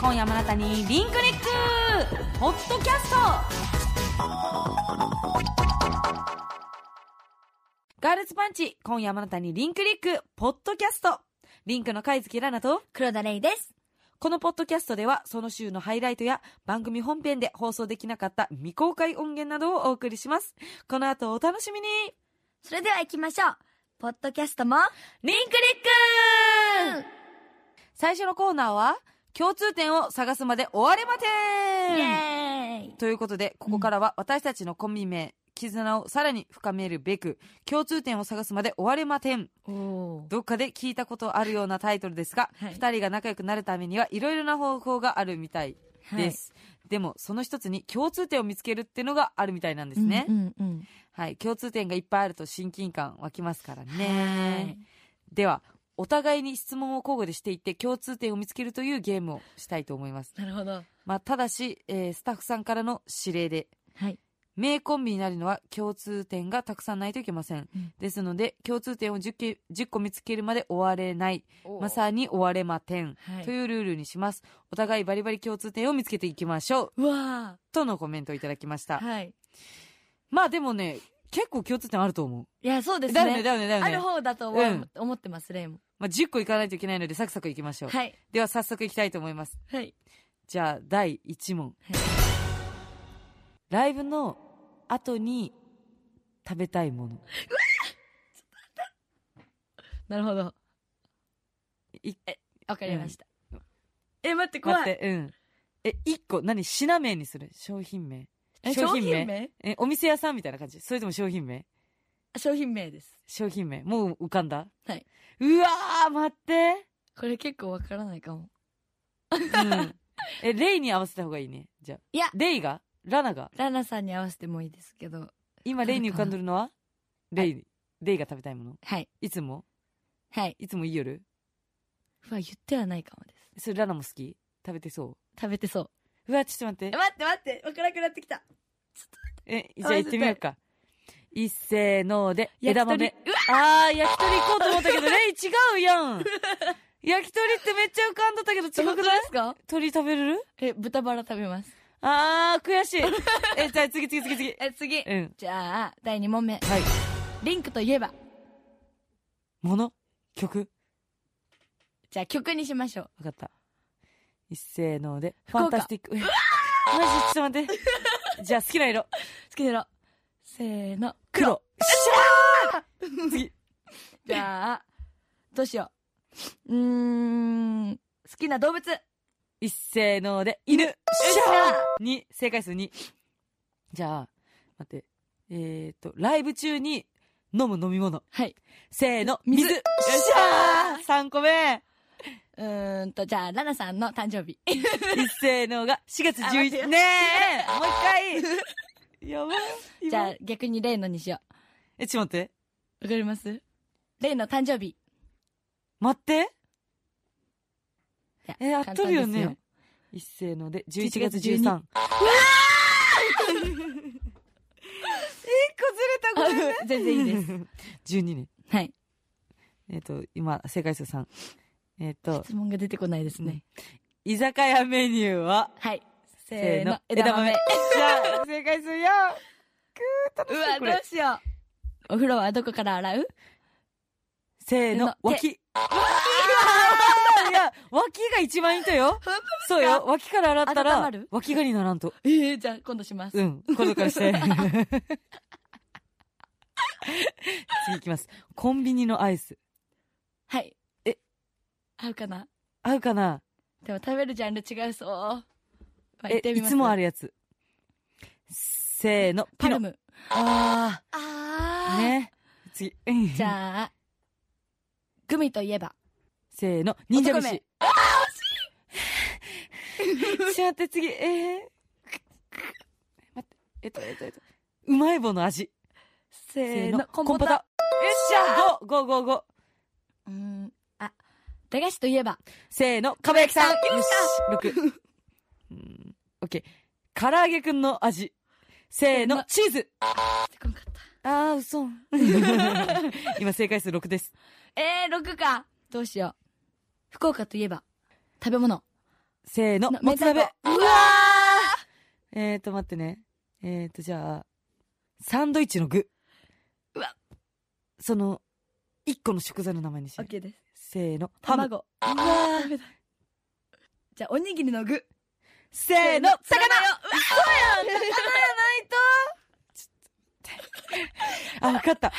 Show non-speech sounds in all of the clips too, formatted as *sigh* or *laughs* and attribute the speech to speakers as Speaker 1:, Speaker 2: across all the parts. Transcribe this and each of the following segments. Speaker 1: 本山中にリンクリックポッドキャストガールズパンチ今夜山中にリンクリックポッドキャストリンクの貝月ラナと
Speaker 2: 黒田レイです。
Speaker 1: このポッドキャストではその週のハイライトや番組本編で放送できなかった未公開音源などをお送りしますこの後お楽しみに
Speaker 2: それでは行きましょう。ポッドキャストも、
Speaker 1: リンクリッ
Speaker 2: うん
Speaker 1: 最初のコーナーは共通点を探すまで終われま
Speaker 2: イ
Speaker 1: せん
Speaker 2: エーイ
Speaker 1: ということでここからは私たちのコンビ名絆をさらに深めるべく共通点を探すまで終われまてん
Speaker 2: お
Speaker 1: どっかで聞いたことあるようなタイトルですが、
Speaker 2: はい
Speaker 1: 2人が仲良くなるためにはいろいろな方法があるみたいで。す、でもその一つに共通点を見つけるっていうのがあるみたいなんですね、
Speaker 2: うんうん
Speaker 1: はい共通点がいっぱいあると親近感湧きますから
Speaker 2: うん。
Speaker 1: ねではお互いに質問を交互でしていって共通点を見つけるというゲームをしたいと思います、
Speaker 2: はい。なるほど。
Speaker 1: まあ、ただし、えースタッフさんからの指令で
Speaker 2: はい。
Speaker 1: 名コンビになるのは共通点がたくさんないといけません、
Speaker 2: うん
Speaker 1: ですので共通点を 10, け10個見つけるまで終われないまさに終われま点
Speaker 2: はい
Speaker 1: というルールにしますお互いバリバリ共通点を見つけていきましょう
Speaker 2: うわ
Speaker 1: とのコメントをいただきました、
Speaker 2: ーはい。
Speaker 1: まあでもね結構共通点あると思
Speaker 2: いや、そう
Speaker 1: う、
Speaker 2: です
Speaker 1: だよね
Speaker 2: ね。
Speaker 1: だよねだよ
Speaker 2: あ
Speaker 1: ね
Speaker 2: る方だと思
Speaker 1: うん
Speaker 2: う思ってます、レイも。
Speaker 1: まあ、10個いかないといけないのでサクサクいきましょう、
Speaker 2: はい。
Speaker 1: では早速いきたいと思います
Speaker 2: はい。
Speaker 1: じゃあ第1問、
Speaker 2: はい
Speaker 1: ライブの後に食べたいもの
Speaker 2: なるほど。
Speaker 1: い
Speaker 2: わかりました。え、待って、
Speaker 1: 待
Speaker 2: 怖
Speaker 1: っ
Speaker 2: い。
Speaker 1: て、うん。え、一個、何品名にする商品名。
Speaker 2: え商品名
Speaker 1: え、お店屋さんみたいな感じそれとも商品名
Speaker 2: 商品名です。
Speaker 1: 商品名。もう浮かんだ
Speaker 2: はい。
Speaker 1: うわー、待って。
Speaker 2: これ結構わからないかも。 *laughs*
Speaker 1: うん。え、レイに合わせた方がいいね。じゃあ。
Speaker 2: いや
Speaker 1: レイがラナが
Speaker 2: ラナさんに合わせてもいいですけど。
Speaker 1: 今、レイに浮かんでるのはレイ、レイが食べたいもの
Speaker 2: はい。
Speaker 1: いつも
Speaker 2: はい。
Speaker 1: いつもいい夜
Speaker 2: うわ、言ってはないかもです。
Speaker 1: それラナも好き食べてそ
Speaker 2: 食べてそう。
Speaker 1: ううわ、ちょっと待っ
Speaker 2: え
Speaker 1: て。
Speaker 2: 待って待って、わからなくなってきた。
Speaker 1: え、じゃあ行
Speaker 2: 合わせたい
Speaker 1: ってみようか。いっせーので、
Speaker 2: 焼
Speaker 1: 枝
Speaker 2: き鳥
Speaker 1: 豆。あー、焼き鳥行こうと思った *laughs* けど、レイ違うやん。焼き鳥ってめっちゃ浮かんだったけど、違く
Speaker 2: 本当で
Speaker 1: ない
Speaker 2: すか
Speaker 1: *laughs* 鳥食べれる
Speaker 2: え、豚バラ食べます。
Speaker 1: あー、悔しい。え、じゃあ次次次次。
Speaker 2: え、次。
Speaker 1: うん。
Speaker 2: じゃあ、第2問目。
Speaker 1: はい。
Speaker 2: リンクといえば。
Speaker 1: もの曲わ
Speaker 2: じゃあ、曲にしましょう。
Speaker 1: かった。いっせーので、フ
Speaker 2: 福岡
Speaker 1: ァンタスティック。えマジ、ちょっと待って。じゃあ好きな色。
Speaker 2: 好きだろ。せーの。
Speaker 1: 黒。よっしゃー次。
Speaker 2: じゃあ、どうしよう。うーん、好きな動物。
Speaker 1: いっせーので、犬。よっし
Speaker 2: よっし
Speaker 1: ゃ
Speaker 2: ゃ
Speaker 1: ーに、正解数2。じゃあ、待って。えーと、ライブ中に飲む飲み物。
Speaker 2: はい。
Speaker 1: せーの、
Speaker 2: 水
Speaker 1: 水。よっしゃー !3 個目。
Speaker 2: うーんと、じゃあ、ラナさんの誕生日。
Speaker 1: いっせーのが4月
Speaker 2: あ待って
Speaker 1: 11
Speaker 2: よ
Speaker 1: ねえもう一
Speaker 2: *laughs*
Speaker 1: 回やばい。
Speaker 2: じゃあ
Speaker 1: 今、
Speaker 2: 逆にレイのにしよ
Speaker 1: え、ちょっと待って。
Speaker 2: う。わかりますレイの誕生日。
Speaker 1: 待って。
Speaker 2: いや
Speaker 1: え、合っ
Speaker 2: 簡
Speaker 1: と
Speaker 2: 単
Speaker 1: る
Speaker 2: で
Speaker 1: よ
Speaker 2: す
Speaker 1: ね。いっせーので、11月13。
Speaker 2: 11
Speaker 1: うわ *laughs* ー !1 個ずれた、ごめんね。
Speaker 2: あ全然いいです。
Speaker 1: す。12年。
Speaker 2: はい。
Speaker 1: えっ、と、今、正解数3。えっ、と、
Speaker 2: 質問が出てこないですね。
Speaker 1: 居酒屋メニューは、
Speaker 2: はい。
Speaker 1: せ
Speaker 2: せ
Speaker 1: ー
Speaker 2: ー
Speaker 1: の
Speaker 2: の、、
Speaker 1: 枝
Speaker 2: 枝
Speaker 1: 豆。じ。
Speaker 2: 豆
Speaker 1: ゃあ、正解数4。くー楽
Speaker 2: う
Speaker 1: し
Speaker 2: わ、
Speaker 1: いこ
Speaker 2: ど
Speaker 1: れ
Speaker 2: う。しよう。お風呂はどこから洗う
Speaker 1: せーの、
Speaker 2: せーの
Speaker 1: 脇。いや、脇が一番いいとよ。
Speaker 2: 本
Speaker 1: そうよ、脇から洗った
Speaker 2: 温
Speaker 1: ら
Speaker 2: まる、
Speaker 1: 脇がにならんと。
Speaker 2: ええじゃあ今度します。
Speaker 1: うん、これからして。
Speaker 2: *laughs*
Speaker 1: 次いきます。コンビニのアイス。
Speaker 2: はい。
Speaker 1: え
Speaker 2: 合うかな
Speaker 1: 合うかな
Speaker 2: でも食べるジャンル違うそう。まあ行
Speaker 1: え、
Speaker 2: ってみ
Speaker 1: い
Speaker 2: ます
Speaker 1: つもあるやつ。せーの、
Speaker 2: パ
Speaker 1: ピノ
Speaker 2: ル。ム。
Speaker 1: あ
Speaker 2: あ
Speaker 1: ー、
Speaker 2: ー。
Speaker 1: ね。次。
Speaker 2: じゃあ、グミといえば。
Speaker 1: せーの、忍者
Speaker 2: 男
Speaker 1: 飯。あ *laughs* ー、惜しいちょっと待って、次、えー、待って、えっと、えっと、えっと、うまい棒の味。
Speaker 2: せーの、
Speaker 1: コンポタ。よっしゃ !5、5、5、5。
Speaker 2: うーん、あ、駄菓子といえば。
Speaker 1: せーの、かば焼きさん
Speaker 2: よっしゃ
Speaker 1: よし !6。うん、オッケー。唐揚げくんの味。せーの、チーズ
Speaker 2: 出てこんかった。
Speaker 1: あー、嘘。 *laughs* 今正解数6です。
Speaker 2: えー、6か。どうしよう。福岡といえば、食べ物。
Speaker 1: せーの、
Speaker 2: の
Speaker 1: もつ鍋
Speaker 2: 明。
Speaker 1: うわーえーと、待ってね。えーと、じゃあ、サンドイッチの具。
Speaker 2: うわ
Speaker 1: その、一個の食材の名前にし
Speaker 2: オ
Speaker 1: よう
Speaker 2: ッ。ケーです。
Speaker 1: せーの、ハム。
Speaker 2: 卵。
Speaker 1: うわー
Speaker 2: じゃあ、おにぎりの具。
Speaker 1: せーの、
Speaker 2: 魚よ
Speaker 1: あ、わかった。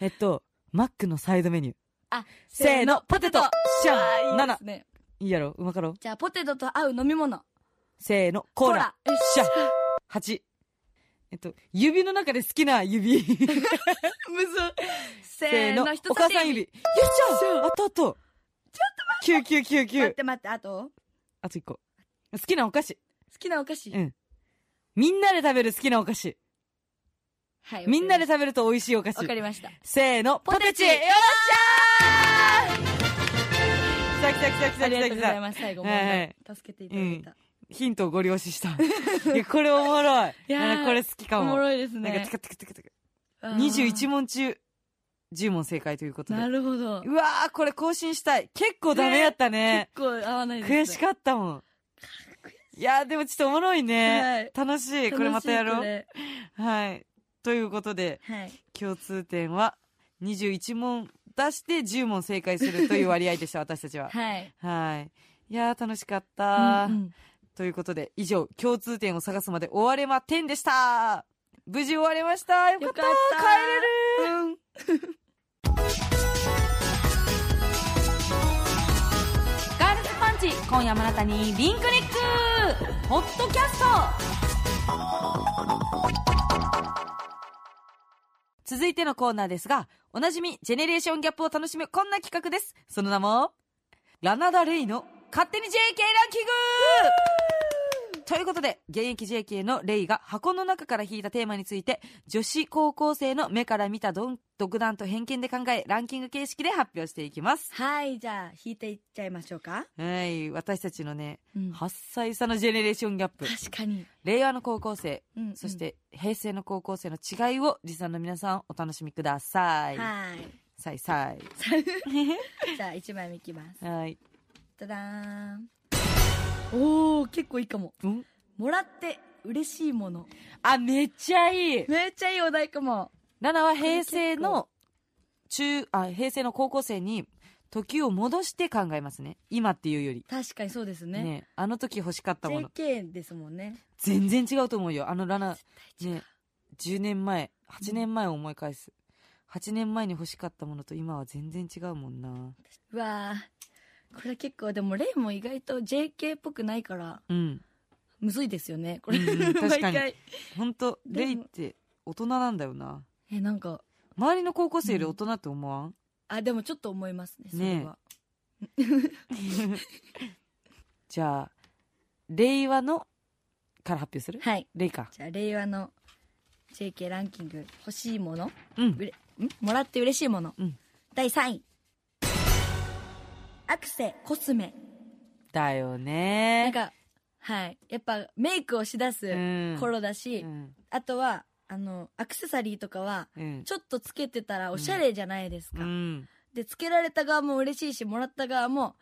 Speaker 1: えっと、マックのサイドメニュー。
Speaker 2: あ、
Speaker 1: せーの、ポテト。シャン。
Speaker 2: あーいいで
Speaker 1: 7
Speaker 2: す。ね。
Speaker 1: いいやろうまかろう
Speaker 2: じゃあ、ポテトと合う飲み物。
Speaker 1: せーの、コーラ。
Speaker 2: コーラ
Speaker 1: シャン。8。えっと、指の中で好きな指。
Speaker 2: むず。
Speaker 1: せ
Speaker 2: せ
Speaker 1: ー
Speaker 2: ー
Speaker 1: の
Speaker 2: の、人、
Speaker 1: お
Speaker 2: 差
Speaker 1: 母
Speaker 2: し
Speaker 1: さん指。よっしゃあとあと。ちょっと待って。
Speaker 2: 待っ
Speaker 1: 9999。
Speaker 2: て待って、あと、
Speaker 1: あと1個。好きなお菓子。
Speaker 2: 好きなお菓子。
Speaker 1: うんみんなで食べる好きなお菓子。
Speaker 2: はい。
Speaker 1: みんなで
Speaker 2: わ
Speaker 1: 食べると美味しいお菓子
Speaker 2: か。りました。
Speaker 1: せーの、ポテチよっしゃー来た来た来た来
Speaker 2: あ
Speaker 1: た
Speaker 2: り
Speaker 1: 来
Speaker 2: が
Speaker 1: た来
Speaker 2: とうござい
Speaker 1: た。
Speaker 2: ます。最後、
Speaker 1: はいはい
Speaker 2: 問題助けていただいた。
Speaker 1: ヒントをご利用し
Speaker 2: *laughs*
Speaker 1: した。いや、これおもろい。
Speaker 2: いやー
Speaker 1: なんかこれ好きか
Speaker 2: お
Speaker 1: も。
Speaker 2: もろいです
Speaker 1: なんか、
Speaker 2: ね
Speaker 1: テ。カテカテカテカ。
Speaker 2: あー
Speaker 1: 21問中、10問正解ということで
Speaker 2: な。るほど。
Speaker 1: うわー、これ更新したい。結構ダメやったね
Speaker 2: 結。構合わないですね。
Speaker 1: 悔しかったもん。いやー、でもちょっとおもろいね。楽しい。
Speaker 2: 楽しい
Speaker 1: これまたやろ
Speaker 2: こ
Speaker 1: う。
Speaker 2: れ
Speaker 1: はい。ということで、
Speaker 2: はい。
Speaker 1: 共通点は、21問出して10問正解するという割合で
Speaker 2: *laughs*
Speaker 1: した、私たちは。
Speaker 2: はい。
Speaker 1: はい。いやー、楽しかった
Speaker 2: うんう。ん
Speaker 1: ということで、以上、共通点を探すまで終われま10でした。無事終われました。よかった。
Speaker 2: よかった
Speaker 1: 帰れる。うん
Speaker 3: ガールズパンチ今夜もあなたにリンクネックホットキャスト
Speaker 1: 続いてのコーナーですが、おなじみ、ジェネレーションギャップを楽しむこんな企画です。その名も、ラナダレイの勝手に JK ランキングということで、現役 JK のレイが箱の中から引いたテーマについて、女子高校生の目から見たどん独断と偏見で考え、ランキング形式で発表していきます。
Speaker 2: はい、じゃあ、引いていっちゃいましょうか。
Speaker 1: はい、私たちのね、
Speaker 2: うん
Speaker 1: 8歳差のジェネレーションギャップ、
Speaker 2: 確かに。
Speaker 1: 令和の高校生、
Speaker 2: うんうん
Speaker 1: そし、て平成の高校生の違いを、リサの皆さんお楽しみください。
Speaker 2: はい。
Speaker 1: さいさい。
Speaker 2: じゃあ一枚目いきます。
Speaker 1: はい。
Speaker 2: ただーん。おー、結構いいかも。
Speaker 1: うん
Speaker 2: もらって嬉しいもの。
Speaker 1: あ、めっちゃいい。
Speaker 2: めっちゃいいお題かも。
Speaker 1: ラナは平成の中、あ、平成の高校生に時を戻して考えますね。今っていうより。
Speaker 2: 確かにそうです
Speaker 1: ね
Speaker 2: ね。
Speaker 1: あの時欲しかったもの。
Speaker 2: JK ですもんね。
Speaker 1: 全然違うと思うよ。あのラナ、ね、10年前、8年前を思い返す。8年前に欲しかったものと今は全然違うもんな。
Speaker 2: うわー。これ結構、でも、レイも意外と JK っぽくないから、
Speaker 1: うん。
Speaker 2: むずいですよね。これ、
Speaker 1: うんうん確かに
Speaker 2: *laughs* 毎回。
Speaker 1: ほんと、
Speaker 2: でも
Speaker 1: レイって大人なんだよな。
Speaker 2: え、なんか、
Speaker 1: 周りの高校生より大人って思わん、
Speaker 2: あ、でもちょっと思いますね、それは。
Speaker 1: じゃあ、令和のから発表する
Speaker 2: はい。
Speaker 1: レイか。
Speaker 2: じゃあ、令和の JK ランキング、欲しいもの、
Speaker 1: うん
Speaker 2: う。れんもらって嬉しいもの。
Speaker 1: うん
Speaker 2: 第3位。アクセ、コスメ。
Speaker 1: だよね。
Speaker 2: なんか、はい。やっぱ、メイクをしだす
Speaker 1: うん
Speaker 2: 頃だし、
Speaker 1: うん。
Speaker 2: あとは、あの、アクセサリーとかは、
Speaker 1: うん。
Speaker 2: ちょっとつけてたらおしゃれじゃないですか。
Speaker 1: うん。
Speaker 2: で、つけられた側も嬉しいし、もらった側も、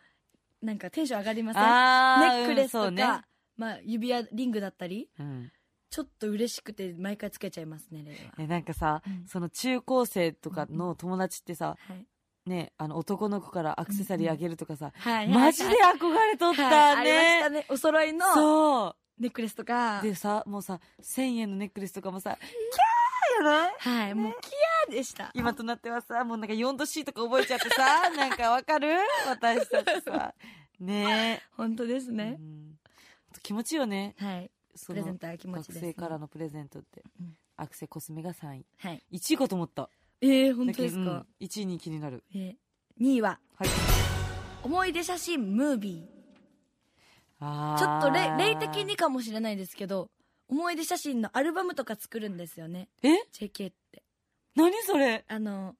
Speaker 2: なんかテンション上がりません
Speaker 1: あー
Speaker 2: ネックレスとか、
Speaker 1: うんそうね
Speaker 2: まあ、指輪、リングだったり、
Speaker 1: うん。
Speaker 2: ちょっと嬉しくて毎回つけちゃいますね、レイは。
Speaker 1: え、なんかさ、
Speaker 2: うん
Speaker 1: その中高生とかの友達ってさ、
Speaker 2: はい。
Speaker 1: ね、あの男の子からアクセサリーあげるとかさ、
Speaker 2: はい。
Speaker 1: マジで憧れとっ
Speaker 2: はい
Speaker 1: た
Speaker 2: ありまし
Speaker 1: ね
Speaker 2: た。ね。お揃いの
Speaker 1: そ
Speaker 2: ネックレスとか
Speaker 1: う。。でさ、もうさ、1000円のネックレスとかもさ、キャーやない
Speaker 2: はい、もうキヤーでした。
Speaker 1: 今となってはさ、もうなんか 4°C とか覚えちゃって
Speaker 2: *laughs*
Speaker 1: さ、なんかわかる私たちさ。ね
Speaker 2: 本当です
Speaker 1: え。
Speaker 2: *laughs* ね
Speaker 1: う。ん気持ちいいよね。
Speaker 2: はい。
Speaker 1: そ
Speaker 2: プレゼ
Speaker 1: の
Speaker 2: ントは気持ち
Speaker 1: 学
Speaker 2: です、
Speaker 1: 生
Speaker 2: ね。
Speaker 1: からのプレゼントって
Speaker 2: うん。
Speaker 1: アクセコスメが3位。
Speaker 2: はい。
Speaker 1: 1位かと思った。
Speaker 2: ええ本当ですか。
Speaker 1: だけどうん1位に気になる。
Speaker 2: えー、2位は、
Speaker 1: はい。
Speaker 2: 思い出写真ムービー。
Speaker 1: あ
Speaker 2: ちょっとれ
Speaker 1: ー
Speaker 2: 霊的に。かもしれないですけど、思い出写真のアルバムとか作るんですよね。
Speaker 1: え
Speaker 2: JK って。
Speaker 1: 何それ
Speaker 2: あの、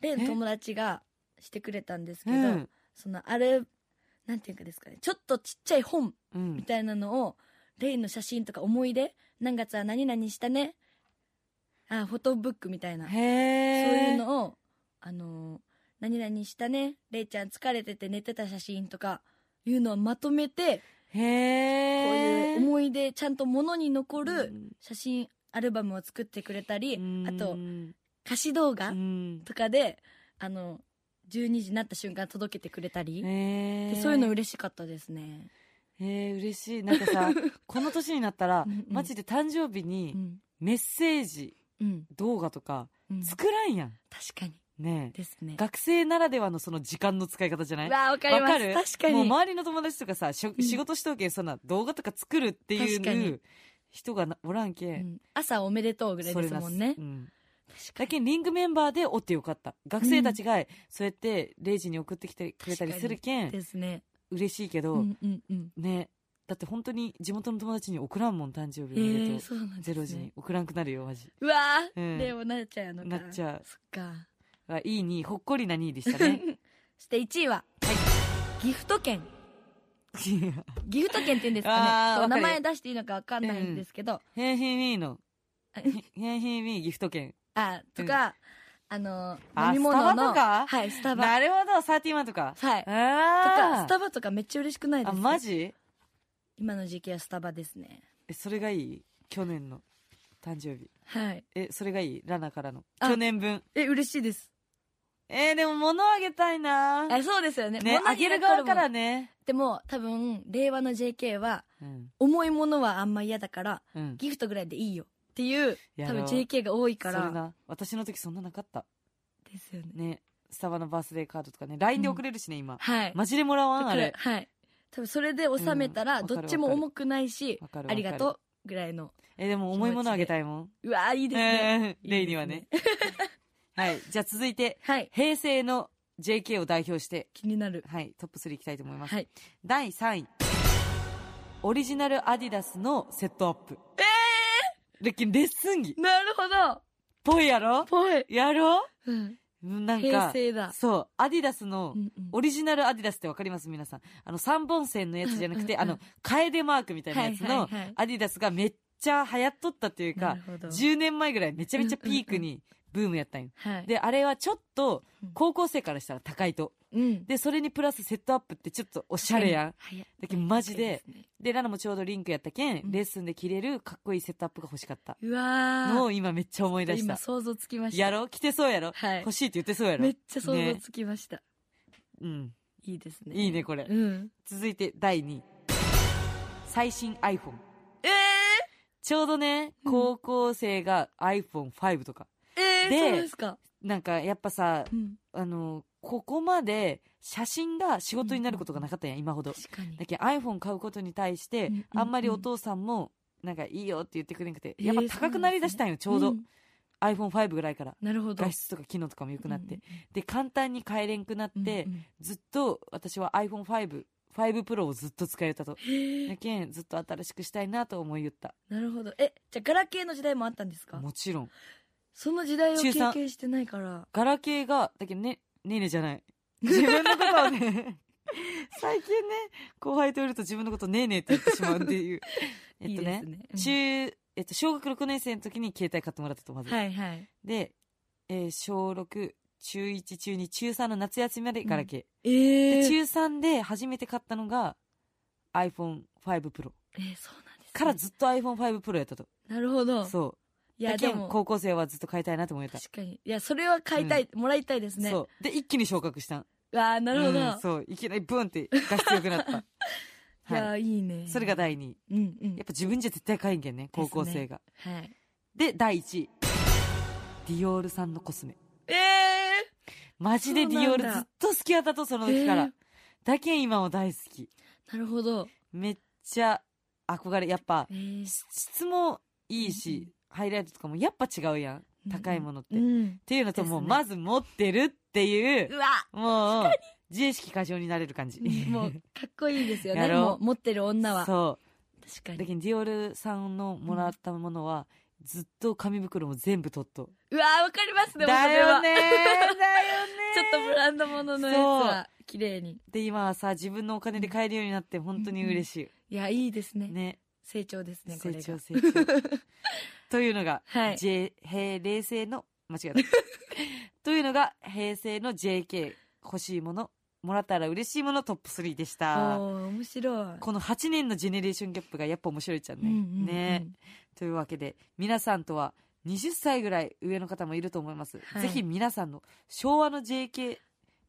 Speaker 2: 霊の友達がしてくれたんですけ
Speaker 1: う
Speaker 2: ど、
Speaker 1: ん。
Speaker 2: そのあれ、なんていうんかですかね、ちょっとちっちゃい本
Speaker 1: う
Speaker 2: み
Speaker 1: ん。
Speaker 2: たいなのを、レイの写真とか思い出、何月は何々したね、あ、フォトブックみたいな、そう
Speaker 1: へえ。
Speaker 2: いうのを、あのー何々したね、レイちゃん疲れてて寝てた写真とか、いうのをまとめて、
Speaker 1: へ
Speaker 2: こ
Speaker 1: え。
Speaker 2: ういう
Speaker 1: う
Speaker 2: 思い出ちゃんと物に残
Speaker 1: う
Speaker 2: る
Speaker 1: ん
Speaker 2: 写真アルバムを作ってくれたり
Speaker 1: ん
Speaker 2: あと
Speaker 1: うん
Speaker 2: 歌詞動画
Speaker 1: うん
Speaker 2: とかであの12時になった瞬間届けてくれたり、
Speaker 1: へえ
Speaker 2: でそういうの嬉しかったですね、
Speaker 1: へえ嬉しいなんか
Speaker 2: *laughs*
Speaker 1: さこの年になったら
Speaker 2: うんうん
Speaker 1: マジで誕生日
Speaker 2: う
Speaker 1: に
Speaker 2: ん
Speaker 1: メッセージ
Speaker 2: うん
Speaker 1: 動画とか
Speaker 2: うん、確
Speaker 1: 作らんやん
Speaker 2: かに
Speaker 1: ねえ
Speaker 2: ですね
Speaker 1: 学生ならではのその時間の使い方じゃな
Speaker 2: う
Speaker 1: い
Speaker 2: わわかり
Speaker 1: わ
Speaker 2: ます
Speaker 1: かる
Speaker 2: 確かに
Speaker 1: もう周りの友達とかさしょ
Speaker 2: うん
Speaker 1: 仕事しとけそんな動画とか作るって
Speaker 2: 確か
Speaker 1: い
Speaker 2: に
Speaker 1: う人がなおらんけ、
Speaker 2: うん朝おめでとうぐらい
Speaker 1: そ
Speaker 2: で
Speaker 1: れ
Speaker 2: す
Speaker 1: な
Speaker 2: もんね
Speaker 1: うんだけんリングメンバーでおってよかった学生たちがそうやって0時に送ってきてくれたりするけん
Speaker 2: ですね
Speaker 1: 嬉しいけど、
Speaker 2: うんうんうん
Speaker 1: ねだって本当に地元の友達に送らんもん誕生
Speaker 2: え
Speaker 1: 日おめでとう
Speaker 2: ー、そうなんです、
Speaker 1: ゼ
Speaker 2: ね、
Speaker 1: ロ時に送らんくなるよマジ
Speaker 2: うわー、
Speaker 1: うん
Speaker 2: レオなっちゃうのか
Speaker 1: なっちゃう
Speaker 2: そっか
Speaker 1: あいいにほっこりな2位でした
Speaker 2: *laughs*
Speaker 1: ね *laughs*
Speaker 2: そして1位は、ギフト券
Speaker 1: いや
Speaker 2: ギフト券って言うんですか
Speaker 1: あー
Speaker 2: ねそう
Speaker 1: わか
Speaker 2: 名
Speaker 1: る
Speaker 2: 前出していいのかわかんないんですけど、
Speaker 1: ヘンヘンミーの
Speaker 2: あ
Speaker 1: ヘンヘンミーギフト券
Speaker 2: あとか、あの
Speaker 1: あ
Speaker 2: 飲み物の
Speaker 1: スタバとか
Speaker 2: はいスタバ
Speaker 1: なるほどサーティワンとか
Speaker 2: はいとか
Speaker 1: あ
Speaker 2: ス
Speaker 1: ー
Speaker 2: タバとかめっちゃ嬉しくないで
Speaker 1: あ
Speaker 2: すか
Speaker 1: マジ
Speaker 2: 今の時期はスタバですね
Speaker 1: えそれがいい去年の誕生日
Speaker 2: はい
Speaker 1: えそれがいいラナからの
Speaker 2: あ
Speaker 1: 去年分
Speaker 2: え嬉しいです
Speaker 1: えー、でも物あげたいな
Speaker 2: *laughs* あそうですよね
Speaker 1: ね
Speaker 2: 物
Speaker 1: あ
Speaker 2: に
Speaker 1: げる
Speaker 2: 残
Speaker 1: 側か
Speaker 2: も
Speaker 1: ら
Speaker 2: ん
Speaker 1: ね
Speaker 2: でも多分令和の JK は
Speaker 1: うん
Speaker 2: 重いものはあんま嫌だから
Speaker 1: うん
Speaker 2: ギフトぐらいでいいよっていう
Speaker 1: や
Speaker 2: 多
Speaker 1: ろう
Speaker 2: 分 JK が多いか
Speaker 1: それ
Speaker 2: ら
Speaker 1: な私の時そんななかった
Speaker 2: ですよね
Speaker 1: ねスタバのバースデーカードとかね LINE で送れるしね、今
Speaker 2: はい
Speaker 1: マジでもらわんあ
Speaker 2: だ
Speaker 1: れ
Speaker 2: からはい多分それで収めたら
Speaker 1: うん
Speaker 2: どっちも重くないし
Speaker 1: わかるわかる
Speaker 2: ありがとうぐらいの
Speaker 1: えでも重いものあげたいもん
Speaker 2: うわーいいですね
Speaker 1: えーレイにはねはいじゃあ続いて
Speaker 2: はい
Speaker 1: 平成の JK を代表して
Speaker 2: 気になる
Speaker 1: はいトップ3いきたいと思います、
Speaker 2: はい
Speaker 1: 第3位オリジナルアディダスのセットアップええレッスン着っ
Speaker 2: なるほど
Speaker 1: ぽいやろ
Speaker 2: ぽい、
Speaker 1: やろ
Speaker 2: うん、
Speaker 1: なんか
Speaker 2: 平成だ
Speaker 1: そうアディダスの、
Speaker 2: うんうん
Speaker 1: オリジナルアディダスってわかります皆さん。あの、三本線のやつじゃなくて、
Speaker 2: うんうんうん
Speaker 1: あの、カエデマークみたいなやつ
Speaker 2: は
Speaker 1: の
Speaker 2: いはいはい
Speaker 1: アディダスがめっちゃ流行っとったっていう
Speaker 2: な
Speaker 1: か
Speaker 2: る、ほど
Speaker 1: 10年前ぐらいめちゃめちゃピーク
Speaker 2: うん
Speaker 1: にブームやったんよ。
Speaker 2: はい
Speaker 1: で、あれはちょっと
Speaker 2: うん、
Speaker 1: 高校生からしたら高いと。
Speaker 2: うん
Speaker 1: で、それにプラスセットアップってちょっとおしゃれやん。
Speaker 2: はい
Speaker 1: だけどマジで
Speaker 2: そうすね
Speaker 1: で、ラナもちょうどリンクやったけ、
Speaker 2: うんん
Speaker 1: レッスンで着れるかっこいいセットアップが欲しかった。
Speaker 2: うわー
Speaker 1: のを今めっちゃ思い出し
Speaker 2: 今
Speaker 1: た。
Speaker 2: 想像つきました
Speaker 1: やろ着てそうやろ
Speaker 2: はい
Speaker 1: 欲しいって言ってそうやろ
Speaker 2: めっちゃ想像つきました、
Speaker 1: うん。
Speaker 2: いいですね
Speaker 1: いいねこれ
Speaker 2: うん
Speaker 1: 続いて第2位。最新 iPhone。
Speaker 2: え
Speaker 1: ちょうどね、
Speaker 2: うん
Speaker 1: 高校生が iPhone5 とか。
Speaker 2: ー、え
Speaker 1: で
Speaker 2: ー、そうですか、
Speaker 1: なんかやっぱさ、
Speaker 2: うん、
Speaker 1: あの、ここまで写真が仕事になることがなかったんや、今ほど。
Speaker 2: 確かに
Speaker 1: だけど iPhone 買うことに対して
Speaker 2: うんうん、
Speaker 1: あんまりお父さんも、なんかいいよって言ってくれなくて、
Speaker 2: えー
Speaker 1: やっぱ高くなりだしたんよ、ちょうど
Speaker 2: ん。
Speaker 1: iPhone5 ぐらいから。
Speaker 2: なるほど
Speaker 1: 画質とか機能とかも良くなっ
Speaker 2: う
Speaker 1: て
Speaker 2: ん。
Speaker 1: で、簡単に買えれんくなっ
Speaker 2: うん
Speaker 1: て
Speaker 2: う、ん
Speaker 1: ずっと私は iPhone5、5 Pro をずっと使えたと。だけん、ずっと新しくしたいなと思い言った。
Speaker 2: なるほどえじゃあガラケーの時代もあったんですか
Speaker 1: もちろん。
Speaker 2: その時代を
Speaker 1: 中
Speaker 2: 経
Speaker 1: 三
Speaker 2: 験してないから
Speaker 1: ガラケーが、だけどね、ねえねえじゃ
Speaker 2: *laughs*
Speaker 1: ない。自分のことをね、最近ね、後輩といると自分のことねえねえって言ってしまうっていう。えっとね、
Speaker 2: *laughs* いいですね、
Speaker 1: 中、えっと、小学6年生の時に携帯買ってもらったと、ま
Speaker 2: う
Speaker 1: ず。
Speaker 2: んはいはい
Speaker 1: で、えー小6、中1、中2、中3の夏休みまでガラケー。
Speaker 2: え
Speaker 1: で
Speaker 2: ー、
Speaker 1: 中3で初めて買ったのが iPhone5 Pro。
Speaker 2: えー、そうなんですね、
Speaker 1: からずっと iPhone5 Pro やったと。
Speaker 2: なるほど
Speaker 1: そう。
Speaker 2: い
Speaker 1: だ
Speaker 2: や
Speaker 1: け
Speaker 2: で
Speaker 1: ん
Speaker 2: も
Speaker 1: 高校生はずっと買いたいなと思えた。
Speaker 2: 確かにいやそれは買いたい、もらいたいですね
Speaker 1: そう。で、一気に昇格したん。
Speaker 2: わあなるほど、
Speaker 1: うんそういきなりブンって画質良くなっ
Speaker 2: *laughs*
Speaker 1: た
Speaker 2: いや
Speaker 1: はい
Speaker 2: ーいいね
Speaker 1: それが第2位
Speaker 2: うんうん
Speaker 1: やっぱ自分じゃ絶対買えんけんね高校生が
Speaker 2: はい
Speaker 1: で,、第1位ディオールさんのコスメ
Speaker 2: え
Speaker 1: マジでディオールずっと好きやったとその時から、
Speaker 2: えー
Speaker 1: だけん今も大好き
Speaker 2: ー、なるほど
Speaker 1: めっちゃ憧れやっぱ
Speaker 2: えー
Speaker 1: し質もいいし、ハイライトとかもやっぱ違うやん
Speaker 2: うん
Speaker 1: 高いものって、
Speaker 2: う
Speaker 1: っ
Speaker 2: ん
Speaker 1: ていうのともう
Speaker 2: ですね
Speaker 1: まず持ってるっていう
Speaker 2: うわ
Speaker 1: もう自意識過剰になれる感じ、
Speaker 2: もうかっこいいですよ
Speaker 1: や
Speaker 2: ね
Speaker 1: ろう
Speaker 2: もう持ってる女
Speaker 1: *laughs*
Speaker 2: は
Speaker 1: そう
Speaker 2: 確
Speaker 1: だ
Speaker 2: かに
Speaker 1: けどディオールさんのもらったものは、ずっと紙袋も全部取っと
Speaker 2: うわーわかりますね
Speaker 1: だよ
Speaker 2: もうそれは
Speaker 1: ねーだよね
Speaker 2: *laughs* ちょっとブランド物のやつは綺麗に
Speaker 1: ーで今はさ自分のお金で買えるようになって本当に嬉し
Speaker 2: いやいいですね
Speaker 1: いね
Speaker 2: 成長ですねこ
Speaker 1: 成
Speaker 2: れが
Speaker 1: 長成長
Speaker 2: *laughs*
Speaker 1: というのが、
Speaker 2: はい
Speaker 1: J 平冷
Speaker 2: *laughs*
Speaker 1: 静の間違えたというのが平成の JK 欲しいものもらったら嬉しいものトップ3でし
Speaker 2: お
Speaker 1: た。
Speaker 2: ー面白い
Speaker 1: この8年のジェネレーションギャップがやっぱ面白いじゃんね。
Speaker 2: うんうんうん
Speaker 1: ねというわけで、皆さんとは20歳ぐらい上の方もいると思います。
Speaker 2: はい
Speaker 1: ぜひ皆さんの昭和の JK、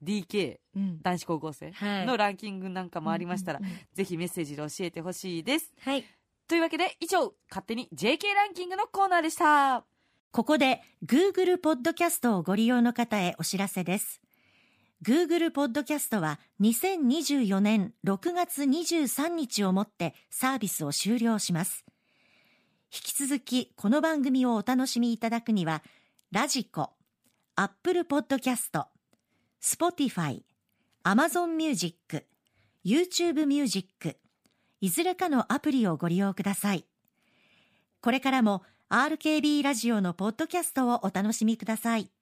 Speaker 1: DK、
Speaker 2: うん
Speaker 1: 男子高校生
Speaker 2: はい
Speaker 1: のランキングなんかもありましたら、
Speaker 2: うんうんうん
Speaker 1: ぜひメッセージで教えてほしいです。
Speaker 2: はい
Speaker 1: というわけで、以上、勝手に JK ランキングのコーナーでした。
Speaker 4: ここで Google ポッドキャストをご利用の方へお知らせです。Google ポッドキャストは2024年6月23日をもってサービスを終了します。引き続きこの番組をお楽しみいただくには、ラジコ、Apple ポッドキャスト、Spotify、Amazon Music、YouTube Music、いずれかのアプリをご利用ください。これからも RKB ラジオのポッドキャストをお楽しみください。